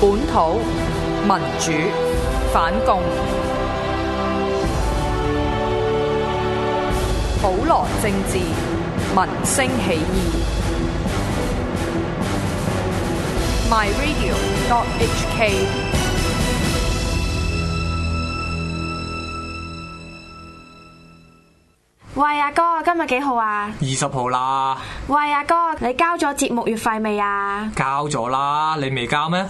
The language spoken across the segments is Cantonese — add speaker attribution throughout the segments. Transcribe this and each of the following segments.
Speaker 1: 本土民主反共普羅政治民聲起義 myradio.hk
Speaker 2: 喂，阿哥，今日幾號啊？
Speaker 3: 二十號啦，
Speaker 2: 喂，阿哥，你交咗節目月費未啊？
Speaker 3: 交咗啦，你未交咩？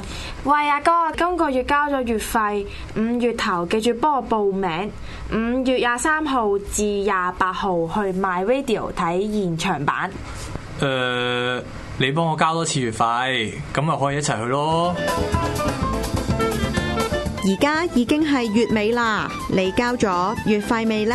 Speaker 2: 喂，阿哥，今個月交咗月費，五月頭記住幫我報名，五月廿三號至廿八號去 My Radio 睇現場版。
Speaker 3: 誒、你幫我交多次月費，咁咪可以一齊去咯。
Speaker 4: 而家已經係月尾啦，你交咗月費未呢？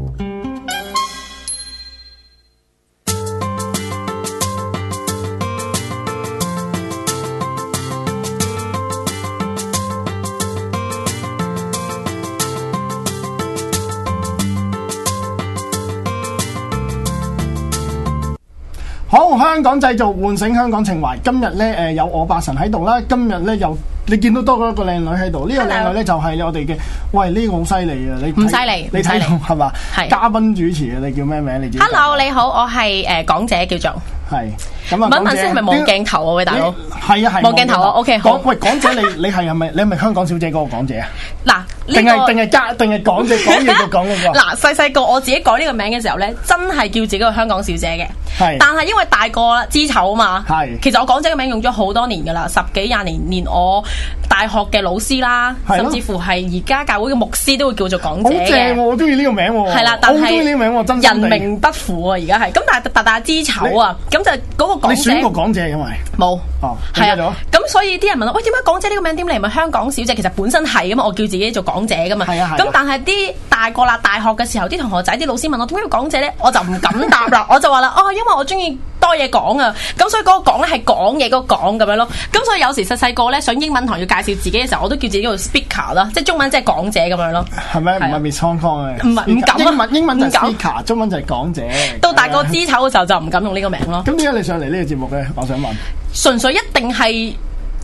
Speaker 5: 好，香港製造，喚醒香港情懷。今日咧，誒、有我八神喺度啦。今日咧又你見到多咗一個靚女喺度，呢、個靚女咧就係我哋嘅，喂呢、個好犀利啊！你睇
Speaker 6: 唔犀利
Speaker 5: 你睇
Speaker 6: 唔犀
Speaker 5: 到
Speaker 6: 利
Speaker 5: 係嘛？
Speaker 6: 係
Speaker 5: 嘉賓主持啊嘅，你叫咩名？你叫
Speaker 6: Hello，你好，我係誒港姐叫做。
Speaker 5: 係咁啊？
Speaker 6: 問一
Speaker 5: 港
Speaker 6: 問
Speaker 5: 姐
Speaker 6: 先係咪冇鏡頭啊？喂，大佬
Speaker 5: 你。係啊係
Speaker 6: 冇鏡頭啊，OK，好
Speaker 5: 講喂，港姐你 你係係咪你係咪香港小姐嗰個港姐啊？
Speaker 6: 嗱，
Speaker 5: 定
Speaker 6: 呢
Speaker 5: 係
Speaker 6: 個
Speaker 5: 定係嘉定係港姐講嘢就講嗰個？
Speaker 6: 嗱，細細個我自己改呢個名嘅時候咧，真係叫自己個香港小姐嘅。
Speaker 5: 係
Speaker 6: 但係因為大個啦，知醜啊嘛。
Speaker 5: 係
Speaker 6: 其實我港姐嘅名用咗好多年㗎啦，十幾廿年，連我大學嘅老師啦，
Speaker 5: 係
Speaker 6: 甚
Speaker 5: 咯
Speaker 6: 至乎係而家教會嘅牧師都會叫做港姐
Speaker 5: 好正喎！
Speaker 6: 嘅。
Speaker 5: 我中意呢個名喎。
Speaker 6: 係啦，但
Speaker 5: 我好中意呢個名喎，真
Speaker 6: 係
Speaker 5: 心地
Speaker 6: 人名不符啊，而家係咁，但係但但係知醜啊，咁就嗰個
Speaker 5: 你
Speaker 6: 港姐
Speaker 5: 選過港姐因為。
Speaker 6: 冇。
Speaker 5: 哦，
Speaker 6: 係
Speaker 5: 點解咗
Speaker 6: 啊，咁所以啲人問我，喂，點解港姐呢個名點嚟？咪香港小姐，其實本身係啊噶嘛，我叫自己做港姐噶嘛。
Speaker 5: 係啊係啊
Speaker 6: 咁但係啲大個啦，大學嘅時候，啲同學仔、啲老師問我點解要港姐 咧，我就唔敢答啦。我就話啦，哦，因為我中意多嘢講啊。咁所以嗰個講咧係講嘢嗰個講咁樣咯。咁所以有時細細個咧上英文堂要介紹自己嘅時候，我都叫自己做 speaker 啦，即係中文即係港姐咁樣咯。
Speaker 5: 係咪？唔
Speaker 6: 係
Speaker 5: 係
Speaker 6: 啊
Speaker 5: Miss Hong Kong 嘅，
Speaker 6: 唔係唔敢啊
Speaker 5: 英文英文就係
Speaker 6: 唔敢
Speaker 5: speaker，中文就係港姐。
Speaker 6: 到大個知
Speaker 5: 係啊
Speaker 6: 醜嘅時候就唔敢用呢個名咯，
Speaker 5: 咁點解你上嚟呢個節目咧？我想問，
Speaker 6: 純粹一定係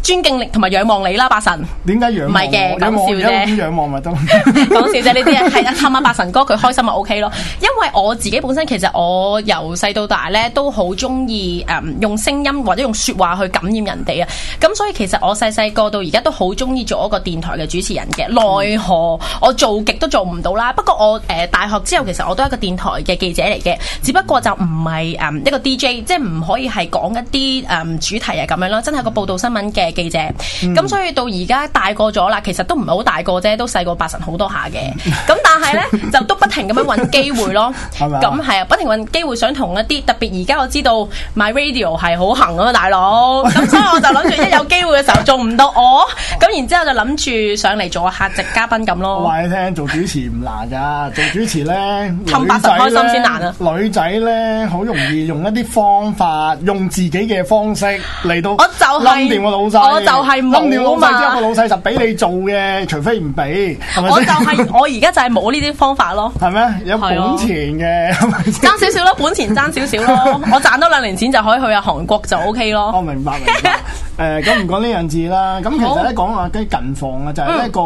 Speaker 6: 尊敬你同埋仰望你啦，八神。
Speaker 5: 點解仰望我？
Speaker 6: 唔係嘅
Speaker 5: 仰望
Speaker 6: 講笑啫
Speaker 5: 仰仰望咪 得咯。
Speaker 6: 講笑啫，呢啲嘢係啊，氹下八神哥佢開心咪 OK 咯。因為我自己本身其實我由細到大咧都好中意誒用聲音或者用説話去感染人哋啊。咁所以其實我細細個到而家都好中意做一個電台嘅主持人嘅，奈何我做極都做唔到啦。不過我誒、呃大學之後其實我都係一個電台嘅記者嚟嘅，只不過就唔係誒一個 DJ，即係唔可以係講一啲誒、嗯主題啊咁樣咯，真係個報道新聞嘅記者。咁、所以到而家大個咗啦，其實都唔係好大個啫，都細過八神好多下嘅。咁但係呢，就都不停咁樣揾機會咯。
Speaker 5: 係咪啊
Speaker 6: 咁係啊，不停揾機會想同一啲特別而家我知道 my radio 係好行啊嘛，大佬。咁所以我就諗住一有機會嘅時候做唔到我，咁然之後就諗住上嚟做下客席嘉賓咁
Speaker 5: 我
Speaker 6: 咯。
Speaker 5: 話你聽，做主持唔難㗎，做主持咧，
Speaker 6: 氹
Speaker 5: 氹
Speaker 6: 八十開心先難啊
Speaker 5: 女仔咧，好容易用一啲方法，用自己嘅方式嚟到。
Speaker 6: 我就係
Speaker 5: 冧掂個老細，
Speaker 6: 我就係冇啊
Speaker 5: 冧掂個老細
Speaker 6: 嘛
Speaker 5: 之後，個老細就俾你做嘅，除非唔俾， 係咪
Speaker 6: 我就
Speaker 5: 先？
Speaker 6: 係、我而家就係冇呢啲方法咯。
Speaker 5: 係咩？有本
Speaker 6: 係咯
Speaker 5: 錢嘅，係咪先？
Speaker 6: 爭少少咯，本錢爭少 少咯，我賺多兩年錢就可以去下韓國就 O K
Speaker 5: 我
Speaker 6: 咯。
Speaker 5: 哦明白明白。 誒咁唔講呢樣字啦，咁其實咧講下啲近況啊，就係呢一個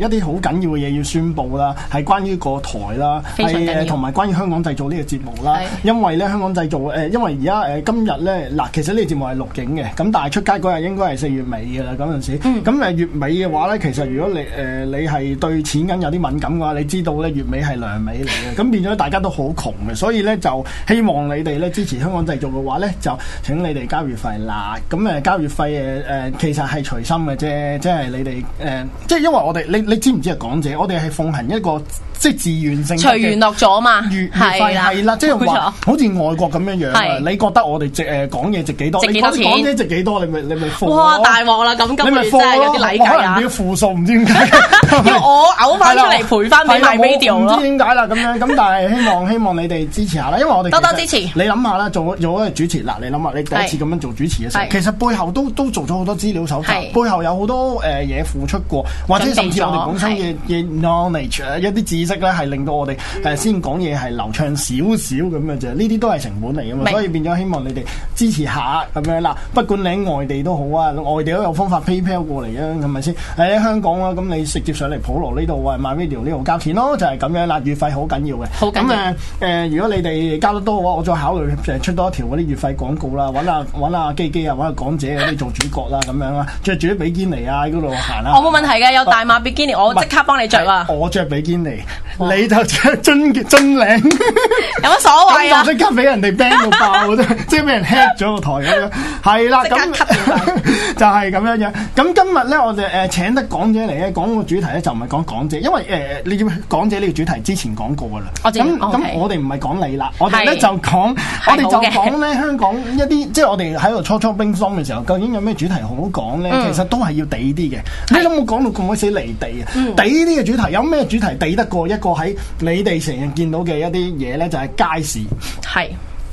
Speaker 5: 誒一啲好緊要嘅嘢要宣佈啦，係關於個台啦，
Speaker 6: 非常緊要
Speaker 5: 係呃同埋關於香港製造呢個節目啦
Speaker 6: 係。
Speaker 5: 因為咧香港製造誒，因為而家誒今日咧嗱，其實呢個節目係錄影嘅，咁但係出街嗰日應該係四月尾㗎啦嗰陣時。
Speaker 6: 嗯
Speaker 5: 咁誒月尾嘅話咧，其實如果你誒你係對錢銀有啲敏感嘅話，你知道咧月尾係糧尾嚟嘅，咁變咗大家都好窮嘅，所以咧就希望你哋咧支持香港製造嘅話咧，就請你哋交月費啦。咁誒交月費誒誒，其實係隨心嘅啫，即係你哋誒，即係因為我哋你你知唔知啊？港姐，我哋係奉行一個即係自願性質嘅
Speaker 6: 隨緣落咗嘛，
Speaker 5: 月月
Speaker 6: 係
Speaker 5: 費
Speaker 6: 啦，
Speaker 5: 係啦，即係
Speaker 6: 冇錯
Speaker 5: 話好似外國咁樣樣啊
Speaker 6: 係
Speaker 5: 你覺得我哋值誒講嘢值幾多？
Speaker 6: 值
Speaker 5: 你覺
Speaker 6: 幾多
Speaker 5: 得
Speaker 6: 錢
Speaker 5: 講嘢值幾多？你咪你咪放
Speaker 6: 哇！
Speaker 5: 咯
Speaker 6: 大鑊啦，咁
Speaker 5: 你
Speaker 6: 今
Speaker 5: 咪
Speaker 6: 月真
Speaker 5: 放
Speaker 6: 係有
Speaker 5: 咯，
Speaker 6: 啲禮
Speaker 5: 我
Speaker 6: 計
Speaker 5: 可能
Speaker 6: 啊
Speaker 5: 要！負數，唔知點解。
Speaker 6: 要我嘔翻出嚟賠翻俾
Speaker 5: 係啦
Speaker 6: My Radio
Speaker 5: 我唔
Speaker 6: 咯
Speaker 5: 知。點解啦咁樣，咁但係希望希望你哋支持下啦，因為我哋
Speaker 6: 多多
Speaker 5: 其實
Speaker 6: 支持
Speaker 5: 你諗下啦，做做一個主持嗱，你諗下你第一次咁樣做主持嘅時候，
Speaker 6: 係
Speaker 5: 其實背後都都做咗好多資料搜集，
Speaker 6: 係
Speaker 5: 背後有好多誒嘢付出過，或者甚至我哋本身嘅嘅 knowledge 呃一啲知識咧，係令到我哋
Speaker 6: 嗯
Speaker 5: 誒先講嘢係流暢少少咁嘅啫，呢啲都係成本嚟噶嘛，
Speaker 6: 明
Speaker 5: 所以變咗希望你哋支持下咁樣啦。不管你喺外地都好啊，外地都有方法 PayPal 過嚟啊，係咪先？喺香港啊，咁你直接上嚟普羅呢度啊，MyRadio 呢度交錢咯，就係、咁樣啦。月費好緊要嘅，
Speaker 6: 好緊要
Speaker 5: 咁誒誒，如果你哋交得多嘅話，我再考慮誒出多一條嗰啲月費廣告啦，揾下揾下基基啊，揾下港姐嗰啲做主角啦，咁樣啦，着住啲比堅尼啊喺嗰度行啊。
Speaker 6: 哦我冇問題嘅，有大馬 bikini，我即刻幫你着啊！
Speaker 5: 我着比堅尼，你就着樽樽領。
Speaker 6: 有乜所謂啊
Speaker 5: 咁？就即刻俾人哋 ban 到爆， 即係俾人 hack 咗個台咁樣。係啦，
Speaker 6: 即刻
Speaker 5: 咁
Speaker 6: cut 咗
Speaker 5: 就係咁樣樣。咁今日咧，我哋誒請得港姐嚟咧，講個主題咧就唔係講港姐，因為誒、呃你知唔知港姐呢個主題之前講過噶啦。
Speaker 6: 我知
Speaker 5: 咁
Speaker 6: 哦
Speaker 5: 咁，
Speaker 6: ，OK
Speaker 5: 我哋唔係講你啦，我哋咧
Speaker 6: 係
Speaker 5: 就講，我哋
Speaker 6: 好
Speaker 5: 就
Speaker 6: 嘅
Speaker 5: 講咧香港一啲，即係我哋喺度初初冰霜嘅時候，究竟有咩主題好講咧？
Speaker 6: 嗯
Speaker 5: 其實都係要地啲嘅。你諗我講到咁鬼死離地啊！
Speaker 6: 嗯
Speaker 5: 地啲嘅主題有咩主題地得過一個喺你哋成日見到嘅一啲嘢咧？就係街市。
Speaker 6: 係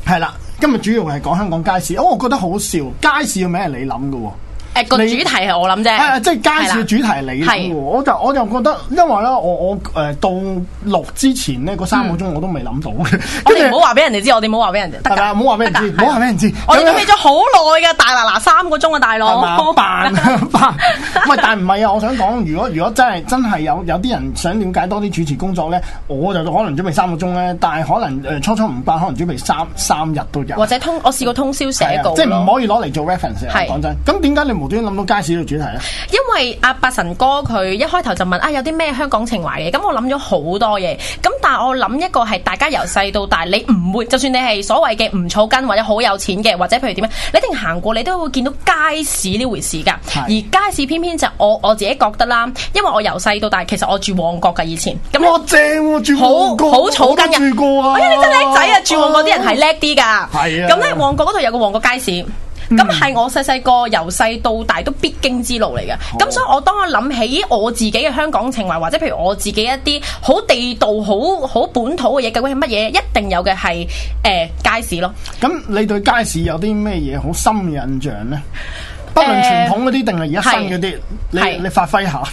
Speaker 5: 係啦，今日主要係講香港街市，哦，我覺得好笑，街市嘅名係你諗嘅喎。
Speaker 6: 誒個主
Speaker 5: 你
Speaker 6: 題係我諗啫，
Speaker 5: 係啊，即係街市嘅主題係你諗嘅喎，
Speaker 6: 係
Speaker 5: 我就我就覺得，因為咧，我我誒、呃到六之前呢，嗰三個鐘我都未諗到嘅，
Speaker 6: 嗯 我哋唔好話俾人哋知，我哋唔好話俾人哋得
Speaker 5: 係咪啊
Speaker 6: 㗎，
Speaker 5: 唔好話俾人知
Speaker 6: 得㗎
Speaker 5: 唔好話俾人知
Speaker 6: 係啊我哋準備咗好耐㗎，大嗱嗱三個鐘啊，大
Speaker 5: 係嘛
Speaker 6: 佬，
Speaker 5: 扮
Speaker 6: 啊
Speaker 5: 扮，喂，但係唔係啊！我想講，如果如果真係真係有有啲人想了解多啲主持工作咧，我就可能準備三個鐘咧，但係可能誒、呃初初唔辦，可能準備三三日都有。
Speaker 6: 或者通我試過通宵
Speaker 5: 係
Speaker 6: 寫
Speaker 5: 啊
Speaker 6: 稿咯，
Speaker 5: 即係唔可以攞嚟做 reference 啊！
Speaker 6: 係
Speaker 5: 講真，咁點解你無端端諗到街市呢個主題咧？
Speaker 6: 因為阿八神哥佢一開頭就問啊有啲咩香港情懷嘅，咁我諗咗好多嘢，咁但係我諗一個係大家由細到大，你唔會就算你係所謂嘅唔草根或者好有錢嘅，或者譬如點樣，你一定行過你都會見到街市呢回事㗎。
Speaker 5: 係
Speaker 6: 而街市偏偏就我我自己覺得啦，因為我由細到大其實我住旺角㗎以前，咁
Speaker 5: 哇正喎，住
Speaker 6: 好
Speaker 5: 旺角
Speaker 6: 好草根
Speaker 5: 我都
Speaker 6: 嘅，
Speaker 5: 住過啊！
Speaker 6: 哎呀，你真叻仔啊！住旺角啲人係叻啲㗎。
Speaker 5: 係啊嗯
Speaker 6: 咁咧，旺角嗰度有個旺角街市。咁係我細細個由細到大都必經之路嚟嘅，咁、所以我當我諗起我自己嘅香港情懷，或者譬如我自己一啲好地道、好好本土嘅嘢，究竟係乜嘢？一定有嘅係誒街市咯。
Speaker 5: 咁你對街市有啲咩嘢好深嘅印象咧？不論
Speaker 6: 誒
Speaker 5: 傳統嗰啲定係而家新嗰啲，
Speaker 6: 係
Speaker 5: 你你發揮下。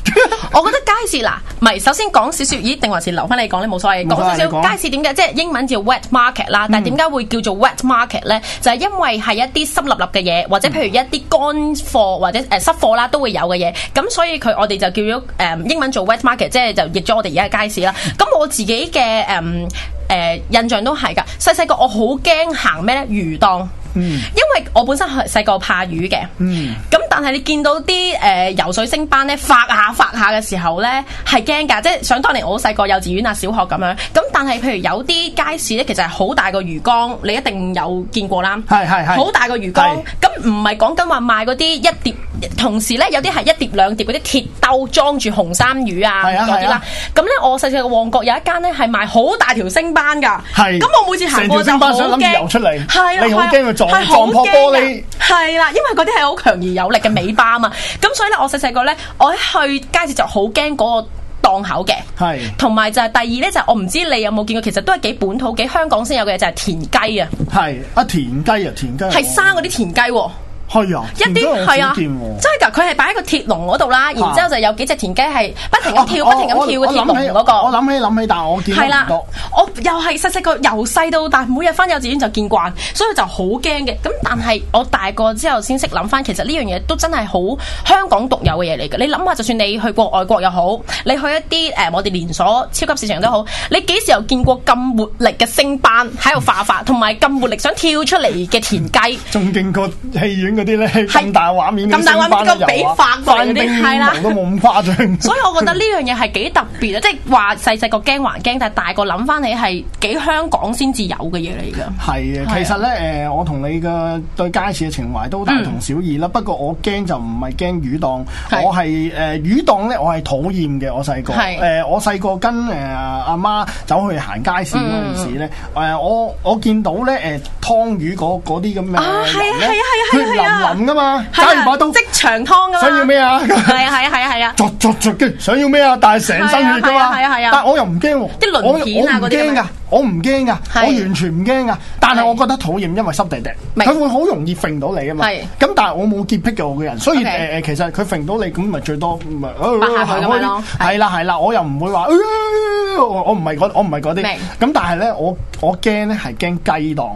Speaker 6: 我覺得街市嗱，唔係首先講少少，咦？定還是留翻你講咧，冇所謂。
Speaker 5: 冇
Speaker 6: 講
Speaker 5: 所謂
Speaker 6: 少
Speaker 5: 你講嗯
Speaker 6: 少街市點解即係英文叫 wet market 啦，但係點解會叫做 wet market 咧？就係因為係一啲濕立立嘅嘢，或
Speaker 5: 嗯
Speaker 6: 者譬如一啲乾貨或者誒濕貨啦，都會有嘅嘢。咁所以佢我哋就叫咗誒、呃英文做 wet market，即係就譯咗我哋而家嘅街市啦。咁我自己嘅誒。誒、印象都係㗎，細細個我好驚行咩咧魚檔，因為我本身係細個怕魚嘅，咁、
Speaker 5: 嗯
Speaker 6: 但係你見到啲誒、游水升班咧發下發下嘅時候咧係驚㗎，即係想當年我好細個幼稚園啊小學咁樣，咁但係譬如有啲街市咧其實係好大個魚缸，你一定有見過啦，
Speaker 5: 係係係
Speaker 6: 好大個魚缸
Speaker 5: 係，
Speaker 6: 咁唔係講緊話賣嗰啲一碟，同時咧有啲係一碟兩碟嗰啲鐵兜裝住紅衫魚啊
Speaker 5: 係啊
Speaker 6: 嗰啲
Speaker 5: 係
Speaker 6: 啦
Speaker 5: 啊。
Speaker 6: 咁咧，我細細個旺角有一間咧係賣好大條星斑㗎。
Speaker 5: 係
Speaker 6: 咁我每次行過就
Speaker 5: 成條星
Speaker 6: 好
Speaker 5: 斑想諗住
Speaker 6: 驚，
Speaker 5: 游出嚟
Speaker 6: 係啦，
Speaker 5: 你好
Speaker 6: 係啊
Speaker 5: 驚佢撞
Speaker 6: 係好
Speaker 5: 撞破玻璃
Speaker 6: 驚㗎係啦，因為嗰啲係好強而有力嘅尾巴啊嘛。咁所以咧，我細細個咧，我一去街市就好驚嗰個檔口嘅。
Speaker 5: 係
Speaker 6: 同埋就係第二咧，就係我唔知你有冇見過，其實都係幾本土、幾香港先有嘅嘢，就係田雞啊，
Speaker 5: 係啊，田雞啊，田雞
Speaker 6: 係生嗰啲田雞喎。
Speaker 5: 係啊，
Speaker 6: 一
Speaker 5: 田雞我
Speaker 6: 啲
Speaker 5: 少
Speaker 6: 係啊，
Speaker 5: 見
Speaker 6: 真
Speaker 5: 喎
Speaker 6: 係㗎！佢係擺喺個鐵籠嗰度啦，然之後就有幾隻田雞係不停
Speaker 5: 我
Speaker 6: 咁跳、不停咁跳
Speaker 5: 哦我
Speaker 6: 嘅鐵
Speaker 5: 我諗起
Speaker 6: 籠嗰
Speaker 5: 我
Speaker 6: 個。
Speaker 5: 諗起諗起，但我見
Speaker 6: 係
Speaker 5: 得唔
Speaker 6: 啦
Speaker 5: 多。，
Speaker 6: 我又係細細個由細到大，每日翻幼稚園就見慣，所以就好驚嘅。咁但係我大個之後先識諗翻，其實呢樣嘢都真係好香港獨有嘅嘢嚟嘅。你諗下，就算你去過外國又好，你去一啲誒、呃我哋連鎖超級市場都好，你幾時有見過咁活力嘅星斑喺度化發，同埋咁活力想跳出嚟嘅田雞？
Speaker 5: 仲勁過戲院嗰啲咧，咁大畫面嗰啲
Speaker 6: 咁大畫面
Speaker 5: 升班
Speaker 6: 咁比
Speaker 5: 遊啊
Speaker 6: 反過嚟嗰
Speaker 5: 翻
Speaker 6: 啲
Speaker 5: 冰
Speaker 6: 係啦
Speaker 5: 舞都冇咁誇張。
Speaker 6: 所以我覺得呢樣嘢係幾特別啊！即係話細細個驚還驚，但係大個諗翻起係幾香港先至有嘅嘢嚟㗎。
Speaker 5: 係
Speaker 6: 係啊
Speaker 5: 嘅，其實咧誒、我同你嘅對街市嘅情懷都大同小異啦。不過我驚就唔係驚魚檔，
Speaker 6: 嗯係
Speaker 5: 我係誒、魚檔咧，我係討厭嘅。我細個
Speaker 6: 係
Speaker 5: 誒，我細個跟誒阿媽走去行街市嗰陣時咧，誒、
Speaker 6: 嗯
Speaker 5: 我我見到咧誒湯魚嗰嗰啲咁嘅
Speaker 6: 啊係啊係啊係啊係啊係啊
Speaker 5: 佢淋淋噶嘛，
Speaker 6: 係啊
Speaker 5: 揸住把刀，
Speaker 6: 即場湯㗎嘛。
Speaker 5: 想要咩啊？
Speaker 6: 係啊係啊係啊係啊！
Speaker 5: 逐逐逐嘅，想要咩啊？但係成身血噶嘛，
Speaker 6: 係啊係啊係啊
Speaker 5: 但係我又唔驚喎，
Speaker 6: 啲鱗片啊
Speaker 5: 我我唔
Speaker 6: 嗰啲咁
Speaker 5: 驚
Speaker 6: 樣
Speaker 5: 噶，我唔驚噶，我
Speaker 6: 係
Speaker 5: 完全唔驚噶。但係
Speaker 6: 係
Speaker 5: 我覺得討厭，因為濕地地，
Speaker 6: 明
Speaker 5: 佢會好容易揈到你啊嘛。
Speaker 6: 係
Speaker 5: 咁但係我冇潔癖嘅我個人，所以
Speaker 6: OK
Speaker 5: 誒誒，其實佢揈到你咁咪最多咪呃
Speaker 6: 抹下佢
Speaker 5: 行
Speaker 6: 咁樣
Speaker 5: 開啲
Speaker 6: 咯係
Speaker 5: 係啦係啦，我又唔會話。呃我我唔係嗰我唔係嗰啲，
Speaker 6: 明
Speaker 5: 咁但係咧，我我驚咧係驚雞檔，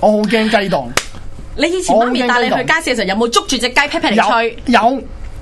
Speaker 5: 我好驚雞檔。
Speaker 6: 你以前媽咪帶你去街市嘅時候，有冇捉住只雞 pat pat 嚟吹？
Speaker 5: 有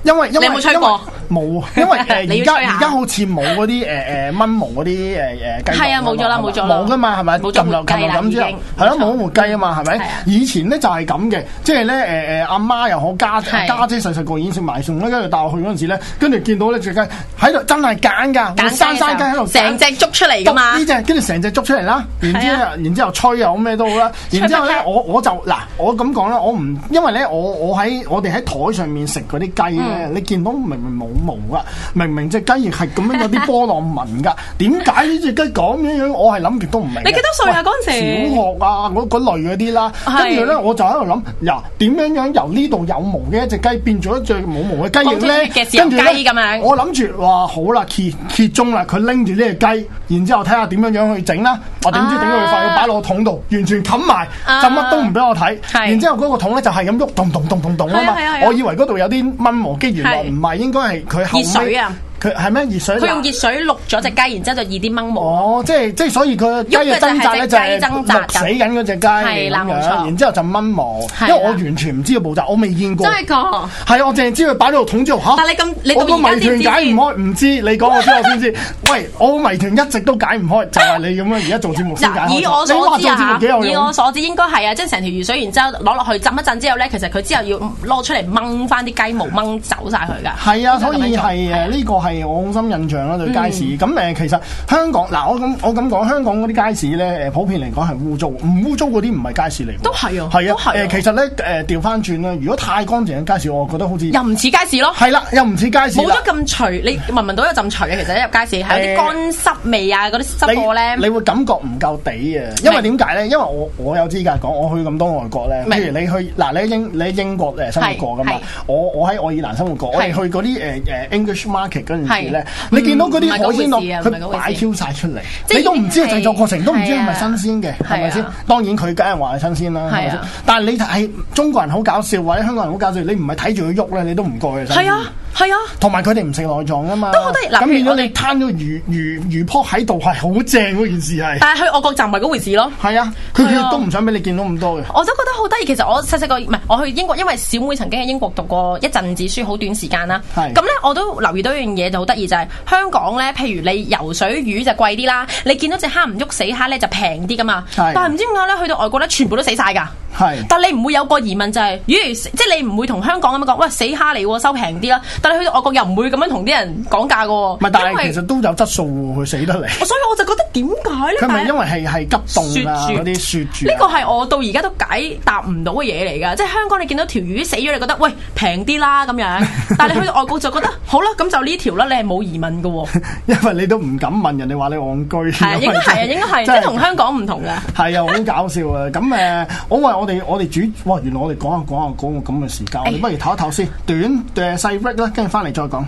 Speaker 5: 有，因為因為
Speaker 6: 你有冇吹過？
Speaker 5: 因為冇 啊，因為
Speaker 6: 你
Speaker 5: 誒
Speaker 6: 要
Speaker 5: 而家
Speaker 6: 吹下
Speaker 5: 而家好似冇嗰啲誒誒蚊毛嗰啲誒誒呃雞檔㗎嘛。
Speaker 6: 係啊冇咗啦
Speaker 5: 係嘛
Speaker 6: 冇咗啦
Speaker 5: 冇噶嘛，係咪？
Speaker 6: 冇咗
Speaker 5: 禽流
Speaker 6: 活雞
Speaker 5: 禽流
Speaker 6: 啦
Speaker 5: 感之後
Speaker 6: 已經，
Speaker 5: 係咯，
Speaker 6: 冇錯
Speaker 5: 冇活雞啊嘛，係
Speaker 6: 係
Speaker 5: 咪
Speaker 6: 啊？
Speaker 5: 以前咧就係咁嘅，即係咧誒誒阿媽又好，家
Speaker 6: 係
Speaker 5: 家姐細細個已經識買餸啦，跟住帶我去嗰陣時咧，跟住見到呢只雞喺度真係揀㗎，
Speaker 6: 揀啊
Speaker 5: 活生生雞喺度揀
Speaker 6: 成隻捉出嚟㗎嘛
Speaker 5: 呢？只跟住成隻捉出嚟啦，然之後
Speaker 6: 係啊
Speaker 5: 然之後吹又咩都好啦，然之後咧
Speaker 6: 吹乜啫
Speaker 5: 我我就嗱我咁講啦，我唔因為咧我我喺我哋喺台上面食嗰啲雞咧，
Speaker 6: 嗯
Speaker 5: 你見到明明冇毛噶，明明只雞翼係咁樣有啲波浪紋 噶，點解呢只雞咁樣樣？我係諗極都唔明嘅。
Speaker 6: 你幾多歲啊
Speaker 5: 喂
Speaker 6: 嗰陣
Speaker 5: 小
Speaker 6: 時
Speaker 5: 學啊，嗰嗰類嗰啲啦，跟住咧
Speaker 6: 係
Speaker 5: 我就喺度諗，嗱點樣樣由呢度有毛嘅一隻雞變咗一隻冇毛嘅雞翼
Speaker 6: 放咗
Speaker 5: 咧
Speaker 6: 血嘅，豉油
Speaker 5: 跟住呢
Speaker 6: 雞咁樣
Speaker 5: 我諗住哇好啦，揭揭盅啦，佢拎住呢只雞，然之後睇下點樣樣去整啦。我點知
Speaker 6: 啊
Speaker 5: 整到佢塊要擺落個桶度，完全冚埋，
Speaker 6: 啊
Speaker 5: 就乜都唔俾我睇。
Speaker 6: 係
Speaker 5: 然之後嗰個桶咧就係咁喐，動動動動動啊嘛
Speaker 6: 係啊係啊係啊。
Speaker 5: 我以為嗰度有啲蚊磨機，原來
Speaker 6: 係
Speaker 5: 唔係，應該係佢後尾
Speaker 6: 熱水啊！
Speaker 5: 佢係咩熱水？
Speaker 6: 佢用熱水淥咗只雞，然之後就易啲掹毛。
Speaker 5: 哦，即係即係，所以佢雞嘅掙扎咧就係淥死緊嗰只雞，
Speaker 6: 係啦冇錯
Speaker 5: 然之後就掹毛，
Speaker 6: 係
Speaker 5: 因
Speaker 6: 啦
Speaker 5: 為我完全唔知道步驟，我未見過
Speaker 6: 真。係㗎！
Speaker 5: 係，我淨係知佢擺到個桶之後嚇。
Speaker 6: 但你咁你到
Speaker 5: 我個
Speaker 6: 而家
Speaker 5: 謎
Speaker 6: 先
Speaker 5: 團解
Speaker 6: 知
Speaker 5: 唔開，唔知你講我知我先知。 喂，我個謎團一直都解唔開，就係你咁樣而家做節目先解
Speaker 6: 嗱，
Speaker 5: 開。
Speaker 6: 以我
Speaker 5: 你
Speaker 6: 所
Speaker 5: 話
Speaker 6: 知
Speaker 5: 做節
Speaker 6: 啊
Speaker 5: 目幾，有
Speaker 6: 以我
Speaker 5: 用？
Speaker 6: 所知應該係啊，即係成條魚水，然之後攞落去浸一陣之後咧，其實佢之後要攞出嚟掹翻啲雞毛，掹走晒佢㗎。
Speaker 5: 係啊，
Speaker 6: 應該
Speaker 5: 所
Speaker 6: 咁樣
Speaker 5: 以
Speaker 6: 做
Speaker 5: 係誒呢個係我好深印象啦對街
Speaker 6: 嗯
Speaker 5: 市。咁誒其實香港嗱，我咁我咁講香港嗰啲街市咧誒普遍嚟講係污糟，唔污糟嗰啲唔係街市嚟㗎。
Speaker 6: 都係啊
Speaker 5: 係
Speaker 6: 都係啊
Speaker 5: 啊。誒其實咧誒調翻轉啦，如果太乾淨嘅街市，我覺得好似
Speaker 6: 又唔似街市咯。
Speaker 5: 係啊啦，又唔似街市
Speaker 6: 冇
Speaker 5: 啦
Speaker 6: 咗。咁除，你聞唔聞到有陣除嘅？其實一入街市係有啲乾濕味啊，嗰啲濕貨咧
Speaker 5: 你，你會感覺唔夠地啊！因為點解咧？因為我我有資格講，我去咁多外國咧，
Speaker 6: 明
Speaker 5: 譬如你去嗱，你喺英你喺英國呃誒生活過噶嘛
Speaker 6: 係係？
Speaker 5: 我我喺愛爾蘭生活過，我哋
Speaker 6: 係
Speaker 5: 去嗰啲誒誒 English market 嗰陣時咧
Speaker 6: 係，
Speaker 5: 你見到嗰啲
Speaker 6: 唔係
Speaker 5: 海
Speaker 6: 嗰
Speaker 5: 鮮
Speaker 6: 回事啊
Speaker 5: 檔，
Speaker 6: 唔係
Speaker 5: 佢
Speaker 6: 嗰回事
Speaker 5: 擺 Q 晒出嚟，
Speaker 6: 即係
Speaker 5: 你都唔知
Speaker 6: 已經係
Speaker 5: 製作過程，都唔知係咪
Speaker 6: 係啊
Speaker 5: 新鮮嘅，係咪先
Speaker 6: 係啊？
Speaker 5: 當然佢梗係話係新鮮啦，係咪
Speaker 6: 係
Speaker 5: 先
Speaker 6: 啊？
Speaker 5: 但係你睇中國人好搞笑，或者香港人好搞笑，你唔係睇住佢喐咧，你都唔覺佢係新鮮
Speaker 6: 係啊係啊，
Speaker 5: 同埋佢哋唔食內臟啊嘛，
Speaker 6: 都好得意嗱
Speaker 5: 咁
Speaker 6: 譬如
Speaker 5: 變咗
Speaker 6: 我哋
Speaker 5: 你攤咗魚魚魚殼喺度係好正嗰件事係，
Speaker 6: 但係去外國就唔係嗰回事咯。
Speaker 5: 係啊，佢
Speaker 6: 係啊
Speaker 5: 佢都唔想俾你見到咁多嘅。
Speaker 6: 我都覺得好得意。其實我細細個唔係我去英國，因為小妹曾經喺英國讀過一陣子書，好短時間啦。
Speaker 5: 係
Speaker 6: 咁咧，我都留意到一樣嘢就好得意，就係、香港咧，譬如你游水魚就貴啲啦，你見到只蝦唔喐死蝦咧就平啲噶嘛。
Speaker 5: 係
Speaker 6: 但係唔知點解咧，去到外國咧全部都死晒㗎。
Speaker 5: 係
Speaker 6: 但你唔會有個疑問就係、咦，即係你唔會同香港咁樣講，喂死蝦嚟喎，收平啲啦。但係去到外國又唔會咁樣同啲人講價㗎喎。
Speaker 5: 唔係？但
Speaker 6: 因為
Speaker 5: 係其實都有質素喎，佢死得嚟。
Speaker 6: 我所以我就覺得點解咧？
Speaker 5: 佢咪
Speaker 6: 但係
Speaker 5: 因為係係急凍啊
Speaker 6: 雪住
Speaker 5: 嗰啲雪住啊。
Speaker 6: 呢個係我到而家都解答唔到嘅嘢嚟㗎，即係香港你見到條魚死咗，你覺得喂平啲啦咁 樣，但係你去到外國就覺得好啦，咁就呢條啦，你係冇疑 問㗎喎，
Speaker 5: 因為你都唔敢問人哋話你戇居。
Speaker 6: 係啊，應該係啊，應該係，即係同
Speaker 5: 香。
Speaker 6: 香港唔同㗎。
Speaker 5: 係啊，好搞笑啊！咁誒，我話我哋我哋主，哇！原來我哋講下講下講個咁嘅時間，我哋不如唞一唞先，短誒細 break 啦，跟住翻嚟再講。